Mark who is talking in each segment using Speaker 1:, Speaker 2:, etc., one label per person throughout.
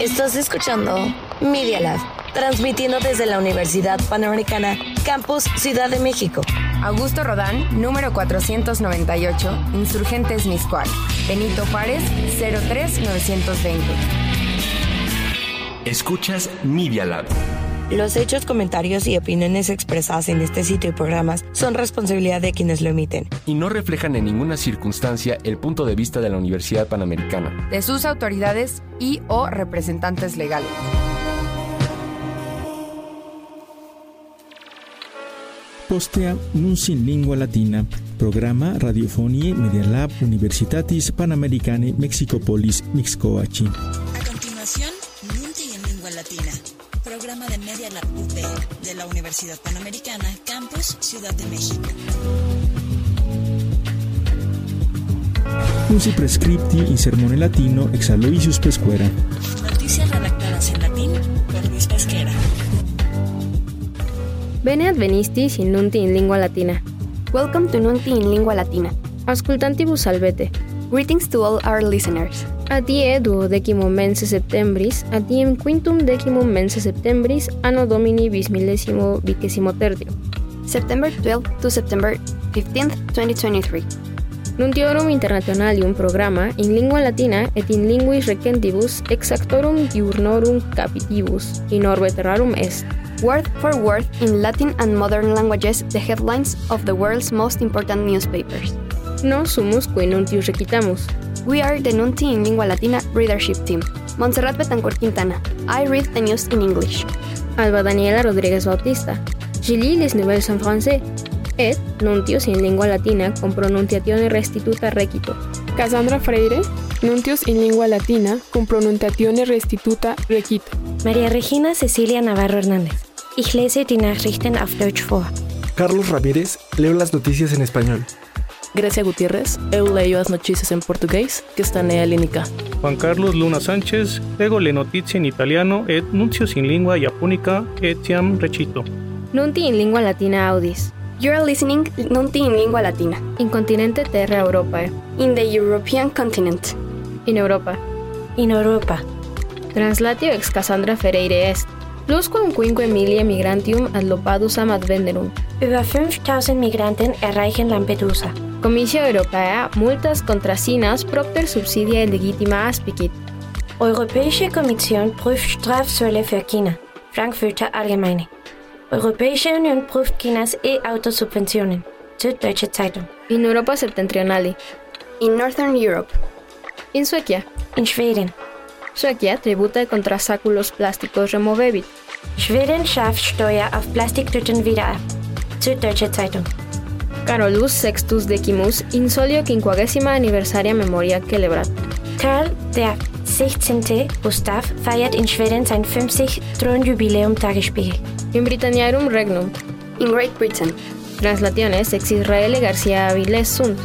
Speaker 1: Estás escuchando Media Lab, transmitiendo desde la Universidad Panamericana, Campus Ciudad de México.
Speaker 2: Augusto Rodán, número 498, Insurgentes Miscuac. Benito Juárez, 03920.
Speaker 3: Escuchas Media Lab.
Speaker 1: Los hechos, comentarios y opiniones expresadas en este sitio y programas son responsabilidad de quienes lo emiten.
Speaker 3: Y no reflejan en ninguna circunstancia el punto de vista de la Universidad Panamericana.
Speaker 2: De sus autoridades y o representantes legales.
Speaker 4: Postea Nunc in Lingua Latina, programa Radiofonie Media Lab Universitatis Panamericane Mexicopolis Mixcoachi.
Speaker 5: A continuación, Nunti en Lingua Latina, programa de Media Lab UP de la Universidad Panamericana, Campus Ciudad de México.
Speaker 4: Nunci prescripti in sermone latino ex Aloysius Pescuera.
Speaker 5: Noticias redactadas en latín por Luis Pesquera.
Speaker 6: Bene advenistis in nunti in lingua latina.
Speaker 7: Welcome to Nunti in Lingua Latina.
Speaker 6: Auscultantibus salvete.
Speaker 7: Greetings to all our listeners.
Speaker 6: Adie duodecimo mense septembris, adiem quintum decimum mense septembris, anno domini bismillesimo vicesimo tertio.
Speaker 7: September 12th to September 15th, 2023.
Speaker 6: Nuntiorum Internationalium programa in lingua latina et in linguis recentibus exactorum diurnorum capitibus in orbe terrarum est.
Speaker 7: Word for word in Latin and modern languages, the headlines of the world's most important newspapers.
Speaker 6: No sumus qui nuntius recitamus.
Speaker 7: We are the Nunti in Lingua Latina readership team. Montserrat Betancourt Quintana. I read the news in English.
Speaker 6: Alba Daniela Rodríguez Bautista. Je lis les nouvelles en français. Et nuntius in lingua latina con pronunciazione restituta recito.
Speaker 8: Cassandra Freire, Nuntius in lingua latina con pronunciazione restituta recito.
Speaker 9: María Regina Cecilia Navarro Hernández. Ich lese die Nachrichten auf Deutsch vor.
Speaker 10: Carlos Ramírez, leo las noticias en español.
Speaker 11: Grecia Gutiérrez, eu leio as notícias em português, que está na Helínica.
Speaker 12: Juan Carlos Luna Sánchez, leo le notizie in italiano et nuntius in lingua japonica etiam recito.
Speaker 6: Nunti in lingua latina audis.
Speaker 7: You're listening Nunti in Lingua Latina.
Speaker 6: In continente terra Europa.
Speaker 7: In the European continent.
Speaker 6: In Europa.
Speaker 9: In Europa.
Speaker 6: Translatio ex Cassandra Ferreire est. Plus quam quinque milia migrantium ad Lopadusam advenderum.
Speaker 9: Über 5000 Migranten erreichen Lampedusa.
Speaker 6: Comissio Europea multas contra Sinas propter subsidia illegitima aspicit.
Speaker 9: Europäische Kommission prüft Strafzölle für China. Frankfurter Allgemeine. Europäische Union prüft Chinas E-Auto-Subventionen. Süddeutsche Zeitung.
Speaker 6: In Europa septentrionale.
Speaker 7: In Northern Europe.
Speaker 6: In Suecia.
Speaker 9: In Schweden.
Speaker 6: Suecia tributa contra Sáculos Plásticos removebit.
Speaker 9: Schweden schafft Steuer auf Plastiktüten wieder ab. Süddeutsche Zeitung.
Speaker 6: Carolus Sextus Decimus insolio quinquagesima anniversaria memoria celebrat.
Speaker 9: Karl der 16. Gustav feiert in Schweden sein 50 Thronjubiläum Tagesspiegel.
Speaker 6: In Britanniarum Regnum.
Speaker 7: In Great Britain.
Speaker 6: Translaciones ex Israele García Avilés sunt.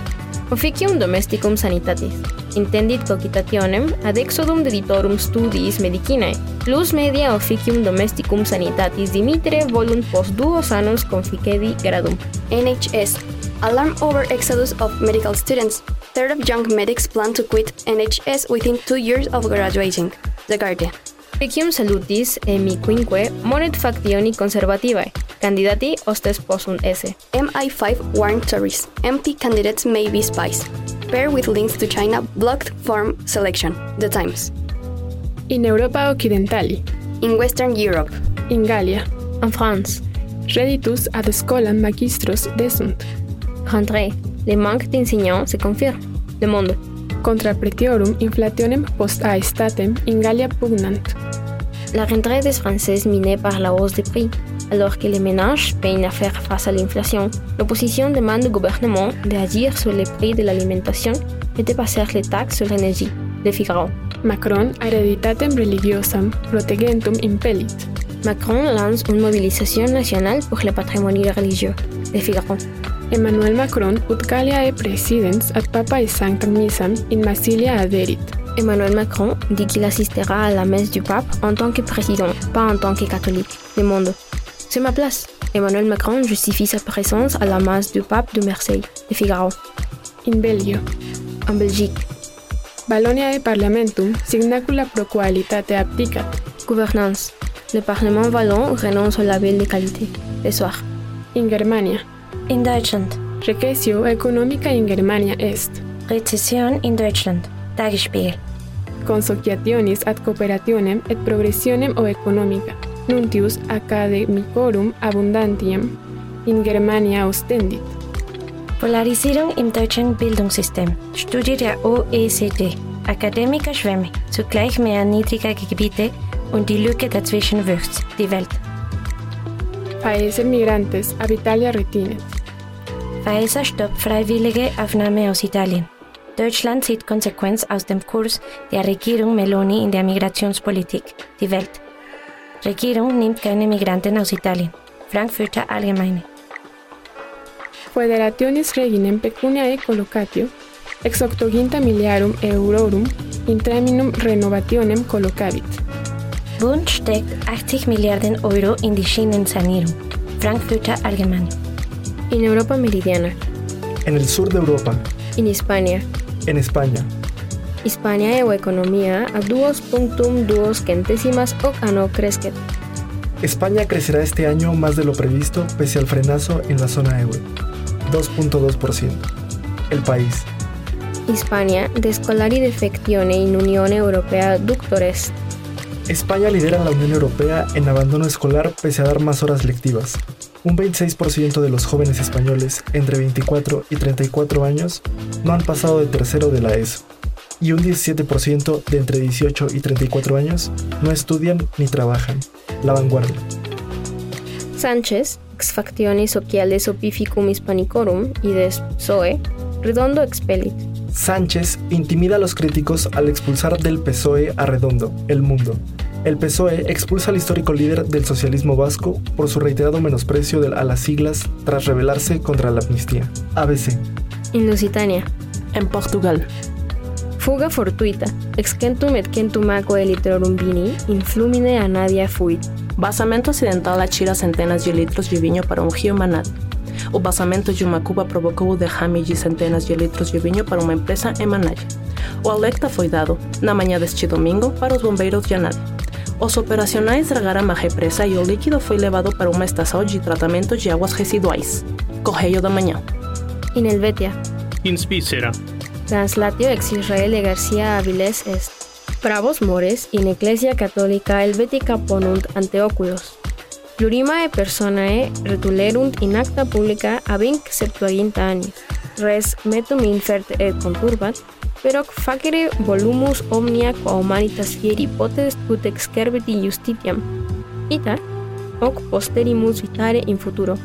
Speaker 6: Officium domesticum sanitatis. Intendit cogitationem ad exodum deditorum studiis medicinae. Plus media officium domesticum sanitatis dimitere volunt post duo sanus conficedi gradum.
Speaker 7: NHS. Alarm over exodus of medical students. Third of young medics plan to quit NHS within two years of graduating. The Guardian.
Speaker 6: Officium salutis emi quinque monet factioni conservativae, candidati hostes possum esse.
Speaker 7: MI5 warned Tories. MP candidates may be spies. Pair with links to China blocked form selection. The Times.
Speaker 8: In Europa Occidentali.
Speaker 7: In Western Europe.
Speaker 8: In Gallia.
Speaker 6: In France.
Speaker 8: Reditus ad scolam magistros desunt.
Speaker 6: Rentré. Le manque d'enseignants se confirme. Le Monde.
Speaker 8: contra pretiorum inflationem post aestatem in Gallia pugnant.
Speaker 6: La rentrée des Français minée par la hausse des prix. Alors que les ménages peinent à faire face à l'inflation, l'opposition demande au gouvernement d'agir sur les prix de l'alimentation et de passer les taxes sur l'énergie. Le Figaro.
Speaker 8: Macron hereditatem religiosam protegentum impellit.
Speaker 6: Macron lance une mobilisation nationale pour le patrimoine religieux. Le Figaro.
Speaker 8: Emmanuel Macron e ut Galliae presidens ad papae sanctam missam e in Massilia aderit.
Speaker 6: Emmanuel Macron dit qu'il assistera à la messe du pape en tant que président, pas en tant que catholique. Le Monde. C'est ma place. Emmanuel Macron justifie sa présence à la messe du pape de Marseille. Le Figaro.
Speaker 8: In Belgio.
Speaker 6: En Belgique.
Speaker 8: Baloniae Parlamentum signacula pro qualitate abdicat.
Speaker 6: Gouvernance. Le Parlement wallon renonce au label de qualité. De soir.
Speaker 8: In Germania.
Speaker 9: In Deutschland.
Speaker 8: Recessio economica in Germania est.
Speaker 9: Recession in Deutschland. Tagesspiegel.
Speaker 8: Consociationis ad cooperationem et progressionem o economica. Nuntius academicorum abundantiam in Germania ostendit.
Speaker 9: Polarisierung im deutschen Bildungssystem. Studie der OECD. Akademiker schwemme, zugleich mehr niedriger Gebiete und die Lücke dazwischen wächst. Die Welt.
Speaker 8: Paese migrantes ab Italia retinet.
Speaker 9: Pfizer stoppt freiwillige Aufnahme aus Italien. Deutschland zieht Konsequenz aus dem Kurs der Regierung Meloni in der Migrationspolitik. Die Welt. Regierung nimmt keine Migranten aus Italien. Frankfurter Allgemeine.
Speaker 8: Federationis reginem pecuniae collocatio, ex octoginta miliarum eurorum in terminum renovationem collocavit.
Speaker 9: Bund steckt 80 Milliarden Euro in die Schienensanierung. Frankfurter Allgemeine.
Speaker 6: En Europa Meridiana.
Speaker 10: En el sur de Europa.
Speaker 6: En España.
Speaker 10: En España.
Speaker 6: Hispania e economía a 2.2 centésimas o cano crescet.
Speaker 10: España crecerá este año más de lo previsto pese al frenazo en la zona euro. 2.2%. El país.
Speaker 6: Hispania descolari defectione in Unione Europea ductores.
Speaker 10: España lidera la Unión Europea en abandono escolar pese a dar más horas lectivas. Un 26% de los jóvenes españoles entre 24 y 34 años no han pasado de tercero de la ESO y un 17% de entre 18 y 34 años no estudian ni trabajan. La vanguardia.
Speaker 6: Sánchez, ex factiones sociales opificum hispanicorum y de PSOE, Redondo expelit.
Speaker 10: Sánchez intimida a los críticos al expulsar del PSOE E a Redondo, el mundo. El PSOE E expulsa al histórico líder del socialismo vasco por su reiterado menosprecio a las siglas tras rebelarse contra la amnistía. ABC.
Speaker 6: En Lusitania.
Speaker 11: En Portugal.
Speaker 6: Fuga fortuita, excentum et centumaco elitrorum vini, influmine a nadia fuit.
Speaker 11: Basamento ocidental atira centenas de litros de vinho para um rio Manat. O basamento de uma cuba provocou o derrame de centenas de litros de vinho para uma empresa em Manaus. O alerta foi dado, na manhã deste domingo, para os bombeiros de Anad. Os operacionais dragaram a represa e o líquido foi levado para uma estação de tratamento de águas residuais. Correio da Manhã.
Speaker 6: In Helvetia.
Speaker 12: In Spicera.
Speaker 6: Translatio ex Israel García Avilés est. Pravos mores in Ecclesia Catholica Helvetica ponunt anteoculos. Plurimae personae retulerunt in acta publica ab inc septuaginta anni. Res metum infert et conturbat, peroc facere volumus omnia qua humanitas fieri potes ut excerveti justitiam. Ita, hoc posterimus vitare in futuro.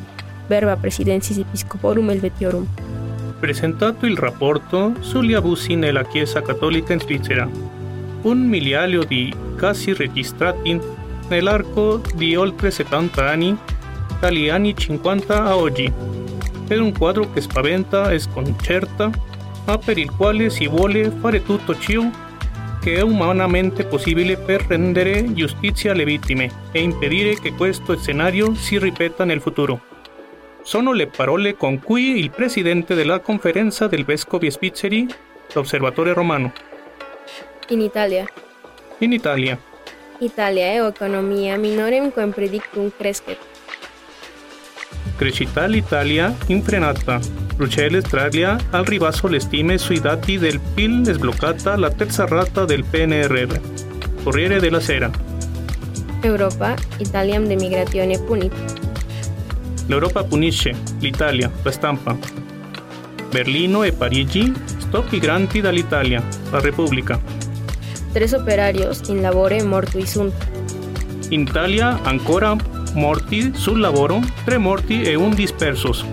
Speaker 6: Verba presidensis episcoporum helvetiorum.
Speaker 12: presentato il rapporto sugli abusi nella Chiesa Cattolica in Svizzera. Un migliaio di casi registrati nell'arco di oltre 70 anni, dagli anni 50 a oggi. È un quadro che spaventa e sconcerta, ma per il quale si vuole fare tutto ciò che è umanamente possibile per rendere giustizia alle vittime e impedire che questo scenario si ripeta nel futuro. sono le parole con cui il presidente della conferenza del Vescovi Spitzeri, l'Osservatore Romano.
Speaker 6: In Italia.
Speaker 12: In Italia.
Speaker 6: Italia e economia minorem quem predictum crescet.
Speaker 12: Crescita l'Italia infrenata. Bruxelles traglia al ribasso le stime sui dati del PIL sbloccata la terza rata del PNRR. Corriere della Sera.
Speaker 6: Europa, Italiam de migratione punit.
Speaker 12: L'Europa punisce, l'Italia, la stampa. Berlino e Parigi, stop migranti dall'Italia, la Repubblica.
Speaker 6: Tres operarios in labore morti sunt.
Speaker 12: In Italia ancora morti sul lavoro, tre morti e un dispersos.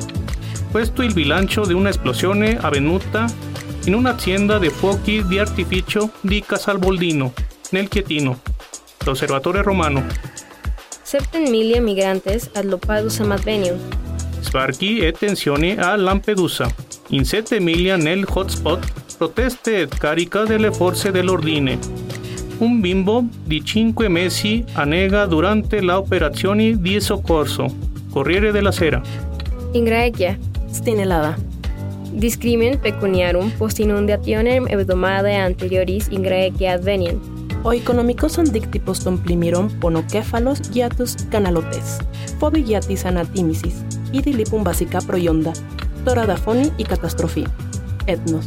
Speaker 12: Questo è il bilancio di un'esplosione avvenuta in un'azienda di fuochi di artificio di Casalboldino, nel Chietino. L'osservatore romano.
Speaker 6: septem milia migrantes ad Lopadus amadvenium.
Speaker 12: Sbarchi e tensione a Lampedusa. In sette miglia nel hotspot proteste e carica delle forze dell'ordine. Un bimbo di 5 mesi annega durante la operazione di soccorso. Corriere della Sera.
Speaker 6: In Grecia.
Speaker 11: Stinelada.
Speaker 6: discrimen pecuniarum post inundationem hebdomadae anterioris ingrae que advenian.
Speaker 11: Ο οικονομικός αντίκτυπος των πλημμυρών πονοκέφαλος για τους καναλωτές. Φόβοι για τις ανατίμησης. Ήδη λείπουν βασικά προϊόντα. Τώρα δαφώνει η καταστροφή. Έθνος.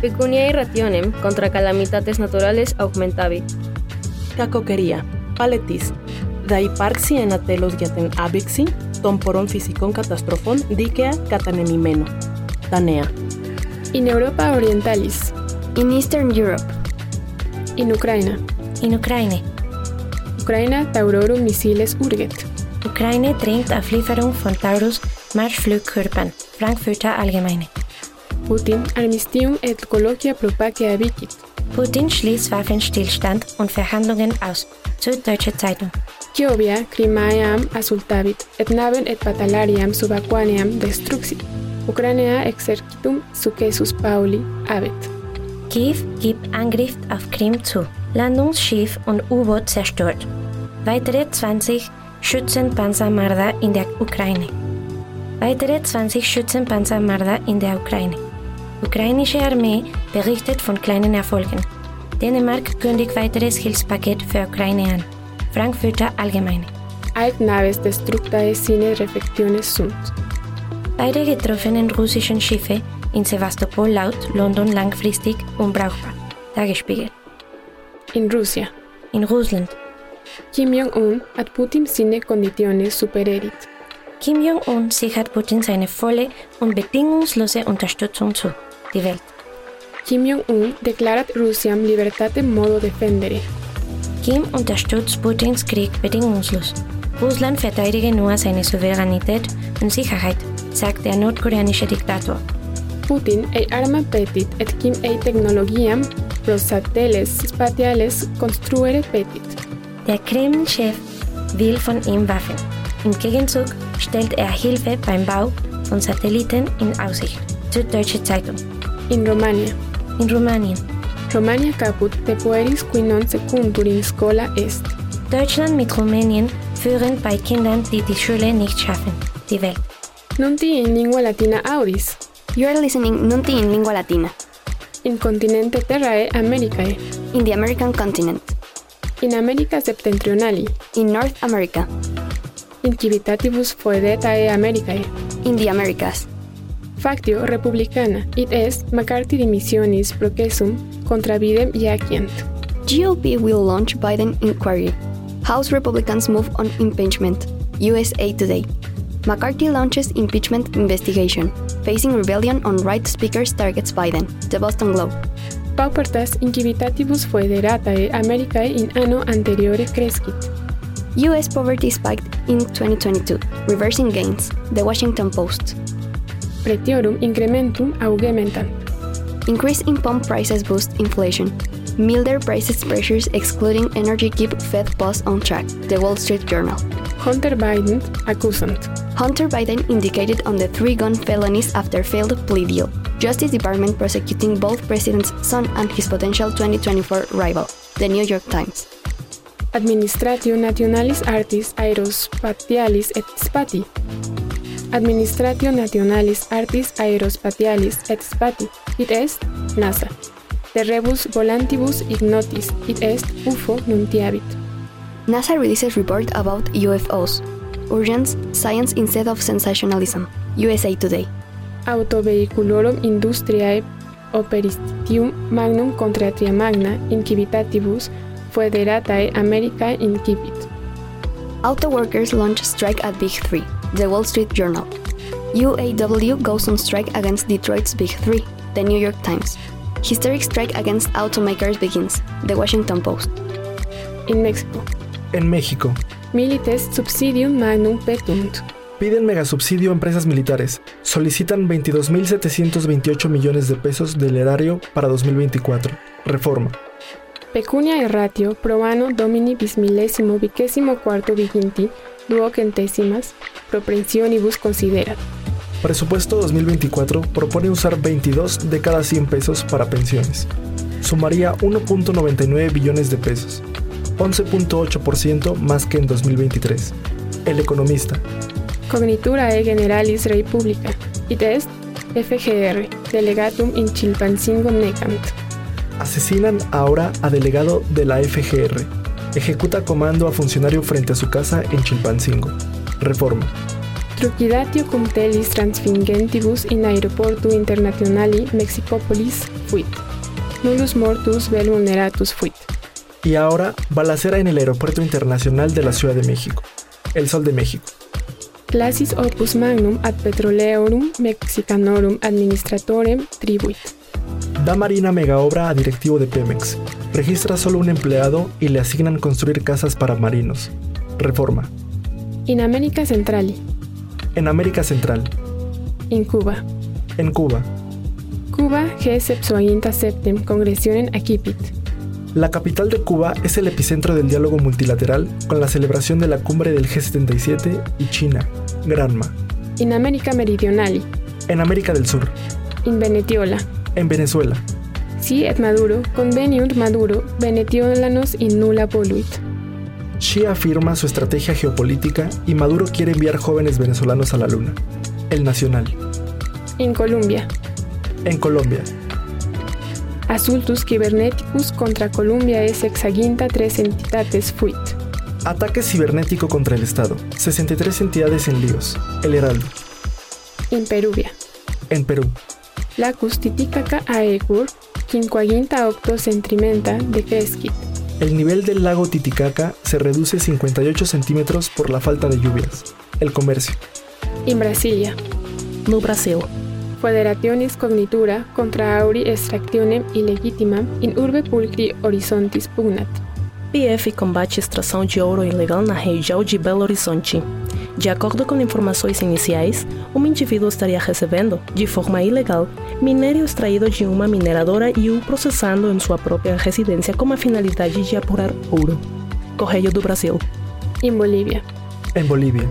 Speaker 6: Pecuniae rationem contra calamitates naturales augmentavi.
Speaker 11: Κακοκαιρία. Παλετής. Θα υπάρξει ένα τέλος για την άβηξη των πορών φυσικών καταστροφών δίκαια κατανεμημένο. Τα νέα.
Speaker 8: In Europa Orientalis.
Speaker 7: In Eastern Europe.
Speaker 8: In Ucrania.
Speaker 9: In Ucrania.
Speaker 8: Ucrania taurorum missiles urget.
Speaker 9: Ukraine dringt auf Lieferung von Taurus Marschflugkörpern. Frankfurter Allgemeine.
Speaker 8: Putin Armistium et Coloquia Propacia Vicit.
Speaker 9: Putin schließt Waffenstillstand und Verhandlungen aus. Süddeutsche Zeitung.
Speaker 8: Kiovia Crimeaam asultavit, et naven et patalariam subaquaneam destruxit. Ucrania exercitum sucesus Pauli habet.
Speaker 9: Kiew gibt Angriff auf Krim zu. Landungsschiff und U-Boot zerstört. Weitere 20 Schützenpanzermarder in der Ukraine. Weitere 20 Schützenpanzermarder in der Ukraine. Ukrainische Armee berichtet von kleinen Erfolgen. Dänemark kündigt weiteres Hilfspaket für Ukraine an. Frankfurter Allgemeine.
Speaker 8: Alt naves destructae sine refectiones sunt.
Speaker 9: Beide getroffenen russischen Schiffe in Sevastopol laut London langfristig unbrauchbar. Tagesspiegel.
Speaker 8: In Rusia.
Speaker 9: In Russland.
Speaker 8: Kim Jong-un ad Putin sine conditiones supererit.
Speaker 9: Kim Jong-un sichert Putin seine volle und bedingungslose Unterstützung zu. Die Welt.
Speaker 8: Kim Jong-un declarat Rusiam libertate modo defendere.
Speaker 9: Kim unterstützt Putins Krieg bedingungslos. Russland verteidige nur seine Souveränität und Sicherheit, sagt der nordkoreanische Diktator.
Speaker 8: Putin ei arma petit et Kim ei technologiam pro sateles spatiales construere petit.
Speaker 9: Der Kreml-Chef will von ihm Waffen. Im Gegenzug stellt er Hilfe beim Bau von Satelliten in Aussicht. Süddeutsche Zeitung.
Speaker 8: In Romania.
Speaker 9: In Rumänien.
Speaker 8: Romania caput te pueris qui non secundurim scola est.
Speaker 9: Deutschland mit Rumänien führen bei Kindern, die die Schule nicht schaffen. Die Welt.
Speaker 8: Nunti in lingua latina audis.
Speaker 7: You are listening Nunti in lingua latina.
Speaker 8: In continente terrae Americae.
Speaker 7: In the American continent.
Speaker 8: In America septentrionali.
Speaker 7: In North America.
Speaker 8: In civitatibus foedetae Americae.
Speaker 7: In the Americas.
Speaker 8: Factio republicana, it est McCarthy dimissionis processum contra Biden jacient.
Speaker 7: GOP will launch Biden inquiry. House Republicans move on impeachment. USA Today. McCarthy launches impeachment investigation, facing rebellion on right speakers targets Biden. The Boston Globe.
Speaker 8: Paupertas incivitatibus foederatae Americae in anno anteriore crescit.
Speaker 7: US poverty spiked in 2022, reversing gains. The Washington Post.
Speaker 8: Pretiorum incrementum augementant.
Speaker 7: Increase in pump prices boosts inflation. Milder prices pressures excluding energy keep Fed pause on track. The Wall Street Journal.
Speaker 8: Hunter Biden accusant.
Speaker 7: Hunter Biden indicated on the three-gun felonies after failed plea deal. Justice Department prosecuting both president's son and his potential 2024 rival. The New York Times.
Speaker 8: Administratio Nationalis Artis Aerospatialis et Spati. Administratio Nationalis Artis Aerospatialis et Spati, it est NASA. De rebus volantibus ignotis, it est UFO nuntiavit.
Speaker 7: NASA releases report about UFOs. Urgence, science instead of sensationalism. USA Today.
Speaker 8: Autovehiculorum industriae operitium magnum contratria magna in civitatibus foederatae Americae incipit.
Speaker 7: Auto workers launch strike at Big Three. The Wall Street Journal. UAW goes on strike against Detroit's Big Three, The New York Times. Historic strike against automakers begins, The Washington Post.
Speaker 8: In Mexico.
Speaker 10: En México.
Speaker 8: Milites subsidium magnum petunt.
Speaker 10: Piden megasubsidio a empresas militares. Solicitan 22.728 millones de pesos del erario para 2024. Reforma.
Speaker 8: Pecunia erratio pro anno domini bismillesimo vicesimo quarto viginti duoquentésimas propensionibus considerat.
Speaker 10: Presupuesto 2024 propone usar 22 de cada 100 pesos para pensiones. Sumaría 1.99 billones de pesos, 11.8% más que en 2023. El economista.
Speaker 8: Cogniturae generalis rei publica, it est FGR, Delegatum in Chilpancingo Necant.
Speaker 10: Asesinan ahora a delegado de la FGR. Ejecuta comando a funcionario frente a su casa en Chilpancingo. Reforma.
Speaker 8: Trucidatio cum telis transfingentibus in aeroportu internationali Mexicopolis fuit. Nullus mortus vel vulneratus fuit.
Speaker 10: Y ahora, balacera en el Aeropuerto Internacional de la Ciudad de México. El Sol de México.
Speaker 8: Classis opus magnum ad petroleorum mexicanorum administratorem tribuit.
Speaker 10: Da Marina megaobra a directivo de Pemex. Registra solo un empleado y le asignan construir casas para marinos. Reforma.
Speaker 8: In América Central.
Speaker 10: En América Central.
Speaker 8: In Cuba.
Speaker 10: En Cuba.
Speaker 8: Cuba G. Septuaginta Septem Congresionen Aquipit.
Speaker 10: La capital de Cuba es el epicentro del diálogo multilateral con la celebración de la cumbre del G77 y China, Granma.
Speaker 8: In América Meridionali.
Speaker 10: En América del Sur.
Speaker 8: In Venetiola.
Speaker 10: En Venezuela.
Speaker 8: Si et Maduro, conveniunt Maduro, venetiolanos in nulla poluit.
Speaker 10: Xi afirma su estrategia geopolítica y Maduro quiere enviar jóvenes venezolanos a la luna. El Nacional.
Speaker 8: In Colombia.
Speaker 10: En Colombia.
Speaker 8: Asultus Ciberneticus contra Colombia es exaginta tres entidades fuit.
Speaker 10: Ataque cibernético contra el Estado. 63 entidades en líos. El Heraldo.
Speaker 8: En Peruvia.
Speaker 10: En Perú.
Speaker 8: La custiticaca aegur quinquaginta octo centrimenta de Cresquit.
Speaker 10: El nivel del lago Titicaca se reduce 58 centímetros por la falta de lluvias. El comercio.
Speaker 8: En Brasilia.
Speaker 11: No Brasil.
Speaker 8: Federationes cognitura contra auri extractionem illegitima in urbe pulcri horizontis pugnat.
Speaker 11: PF combate extração de ouro ilegal na região de Belo Horizonte. De acordo com informações iniciais, um indivíduo estaria recebendo, de forma ilegal, minério extraído de uma mineradora e o processando em sua própria residência com a finalidade de apurar ouro. Correio do Brasil.
Speaker 8: Em Bolívia.
Speaker 10: Em Bolívia.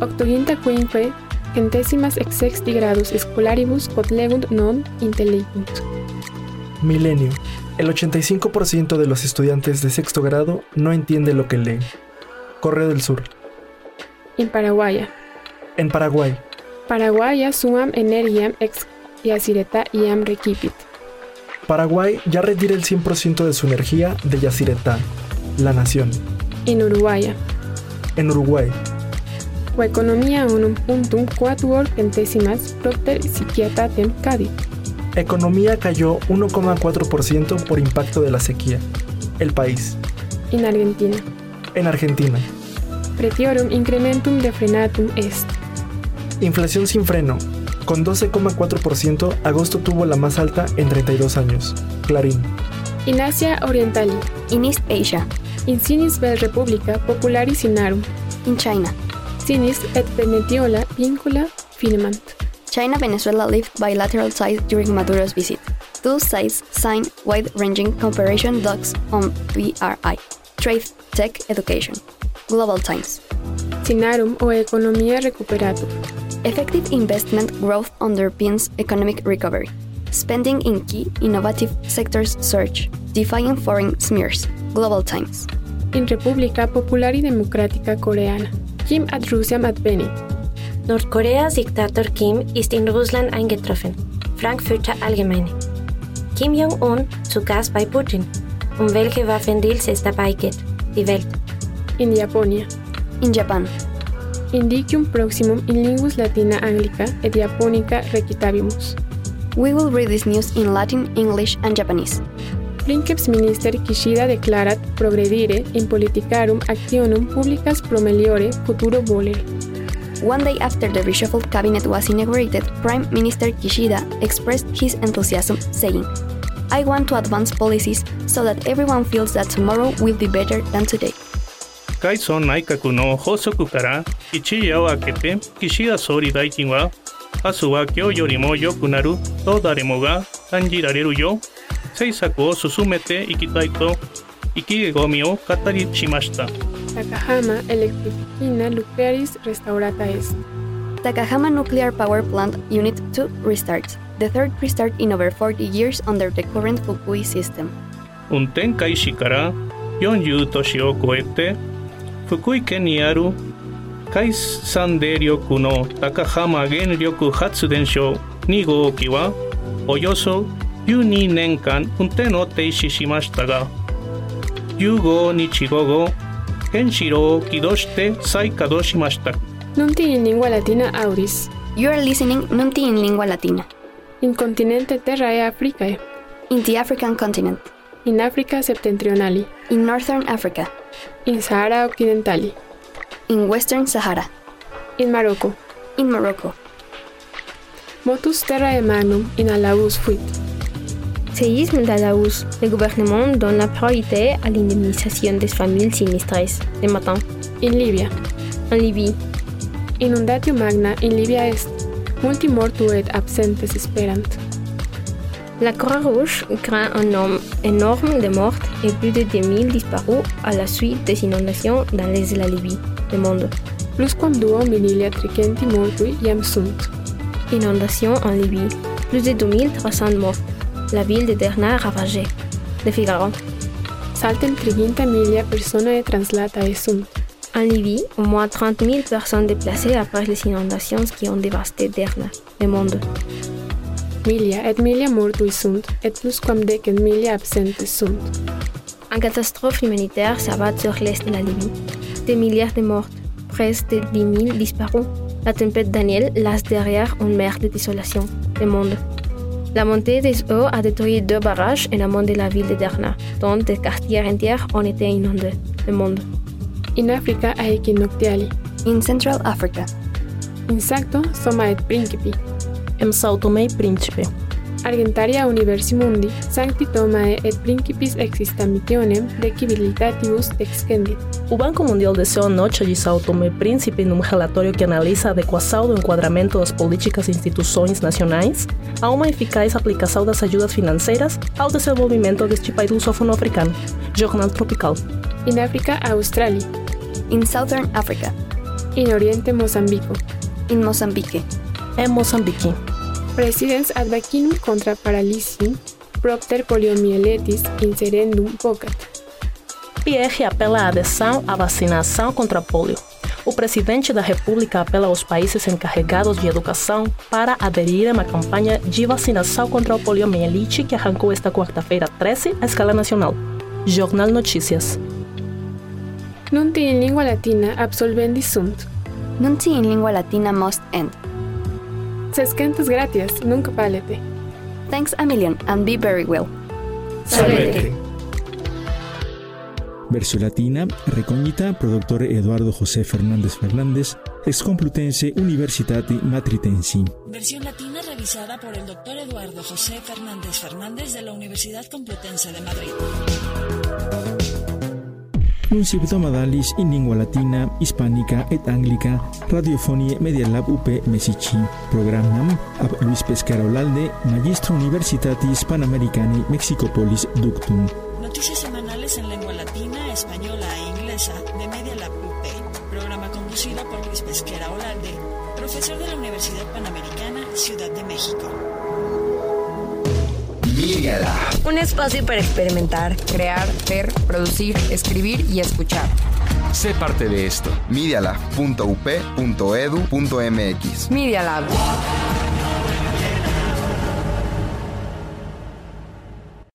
Speaker 8: Octoginta quinque centésimas ex sexti grados escolaribus quod legunt non intellegunt.
Speaker 10: Milenio. El 85% de los estudiantes de sexto grado no entiende lo que leen. Correo del Sur.
Speaker 8: En Paraguaya.
Speaker 10: En Paraguay.
Speaker 8: Paraguaya suam energiam ex yacireta iam recipit.
Speaker 10: Paraguay ya retira el 100% de su energía de Yacyretá, la nación.
Speaker 8: En Uruguaya.
Speaker 10: En Uruguay.
Speaker 8: O economía unum puntum quatuor centésimas propter siciatatem cadit.
Speaker 10: Economía cayó 1,4% por impacto de la sequía. El país.
Speaker 8: En Argentina.
Speaker 10: En Argentina.
Speaker 8: Pretiorum incrementum de frenatum est.
Speaker 10: Inflación sin freno. Con 12,4%, agosto tuvo la más alta en 32 años. Clarín.
Speaker 8: In Asia Orientali.
Speaker 7: In East Asia.
Speaker 8: In Sinis Bel Republica Popularis Inarum.
Speaker 7: In China.
Speaker 8: Sinis et Venetiola vincula filmant.
Speaker 7: China Venezuela lived bilateral ties during Maduro's visit. Two sides signed wide ranging cooperation docs on BRI, trade, tech, education. Global Times.
Speaker 8: Sinarum o economía recuperatum.
Speaker 7: Effective investment growth underpins economic recovery. Spending in key innovative sectors surge, defying foreign smears. Global Times.
Speaker 8: In República Popular y Democrática Coreana. Kim ad Rusiam advenit.
Speaker 9: Nordkoreas Diktator Kim ist in Russland eingetroffen. Frankfurter Allgemeine. Kim Jong-un zu Gast bei Putin. Um welche Waffendeals es dabei geht. Die Welt.
Speaker 8: In Japonia.
Speaker 7: In Japan.
Speaker 8: Indicium proximum in linguis latina anglica e et japonica recitabimus.
Speaker 7: We will read this news in Latin, English and Japanese.
Speaker 8: Princeps Minister Kishida declarat progredire in politicarum actionum publicas promeliore futuro volere.
Speaker 7: One day after the reshuffled cabinet was inaugurated, Prime Minister Kishida expressed his enthusiasm, saying, I want to advance policies so that everyone feels that tomorrow will be better than today.
Speaker 12: Kaison naikaku no hosoku kara ichi ya wa akete Kishida sori daikin wa asu wa kyou yorimo yoku naru to daremo ga kanjirareru yo 政策を進めていきたいと意気込みを語りしました。
Speaker 8: Takahama Electrificina Nuclearis Restaurata Est.
Speaker 7: Takahama Nuclear Power Plant Unit 2 restarts, the third restart in over 40 years under the current Fukui system.
Speaker 12: 運転開始から40年を超えて、福井県にある海産電力の高浜原力発電所 Nigooki wa Oyoso 12年間運転を停止しましたが、15日午後、原子炉を起動して再稼働しました。
Speaker 8: Numti in lingua latina auris.
Speaker 7: You are listening Numti in lingua latina.
Speaker 8: In continente terrae e Africae.
Speaker 7: In the African continent.
Speaker 8: In Africa septentrionali.
Speaker 7: In northern Africa.
Speaker 8: In Sahara occidentali.
Speaker 7: In western Sahara.
Speaker 8: In Marocco.
Speaker 7: In Morocco.
Speaker 8: Motus terrae manum in alaus fuit.
Speaker 6: Séisme d'Alaus. Le gouvernement donne la priorité à l'indemnisation des familles sinistrées. Le matin,
Speaker 8: In Libia.
Speaker 6: en Libye,
Speaker 8: Inundatio magna in Libia est. Multi mortu et absentes esperant.
Speaker 6: la Croix-Rouge craint un nombre énorme de mortes et plus de 2000 disparus à la suite des inondations dans l'est de la Libye. Le monde.
Speaker 8: Plusquam duo mililia tricenti mortui iam sunt.
Speaker 6: Inondations en Libye. Plus de 2300 morts. La ville de Derna ravagée. Le Figaro.
Speaker 8: Saltem triginta milia personae translatae e sunt.
Speaker 6: En Libye, au moins 30 000 personnes déplacées après les inondations qui ont dévasté Derna. Le monde.
Speaker 8: Milia et milia mortui sunt, et plusquam decet milia absentes sunt.
Speaker 6: Une catastrophe humanitaire s'abat sur l'est de la Libye. Des milliards de morts, presque de 10 000 disparus. La tempête Daniel laisse derrière une mer de désolation, le monde. La montée des eaux a détruit deux barrages en amont de la ville de Derna, dont des quartiers entiers ont été inondés, le monde.
Speaker 8: In Africa aeci noctiali.
Speaker 7: In Central Africa.
Speaker 8: In Sancto soma et principi.
Speaker 11: Em Sao Tomé y Príncipe.
Speaker 8: Argentaria universi mundi, sancti tomae et principis existamitionem decibilitatibus excendit.
Speaker 11: O Banco Mundial deseou anoche de Sao Tomé e Príncipe num relatório que analisa a adequação do enquadramento das políticas e instituições nacionais a uma eficaz aplicação das ajudas financeiras ao desenvolvimento deste este país lusófono africano. Jornal Tropical.
Speaker 8: In Africa Australi.
Speaker 7: In southern Africa.
Speaker 8: In Oriente Mozambico.
Speaker 7: In Mozambique.
Speaker 11: Em Moçambique.
Speaker 8: Presidens ad vaccinum contra paralisium, propter poliomielitis inserendum vocat.
Speaker 11: Pierre apela à adesão à vacinação contra polio. O presidente da República apela aos países encarregados de educação para aderirem à campanha de vacinação contra o poliomielite que arrancou esta quarta-feira 13 à escala nacional. Jornal Notícias.
Speaker 8: Nunti in lingua latina absolvendi sunt.
Speaker 7: Nunti in lingua latina must end.
Speaker 8: Sescentes gratias, nunca palete.
Speaker 7: Thanks a million and be very well.
Speaker 4: Verso Latina, Recógnita, productor Eduardo José Fernández Fernández, ex Complutense Universitati Matritensi.
Speaker 5: Versión latina revisada por el doctor Eduardo José Fernández Fernández de la Universidad Complutense de Madrid.
Speaker 4: Nuncip Domadalis in lingua latina, hispánica et anglica, radiofonie Media Lab UP Mesici, programnam ab Luis Pescara Olalde, Magistro Universitatis Panamericani Mexicopolis Ductum.
Speaker 5: Noticias semanales en lengua latina, española e inglesa de Media Lab UP. Programa conducido por Luis Pesquera Olalde, profesor de la Universidad Panamericana, Ciudad de México.
Speaker 1: Un espacio para experimentar.
Speaker 2: Crear, ver, producir, escribir y escuchar.
Speaker 3: Sé parte de esto.
Speaker 13: medialab.up.edu.mx
Speaker 2: Media Lab.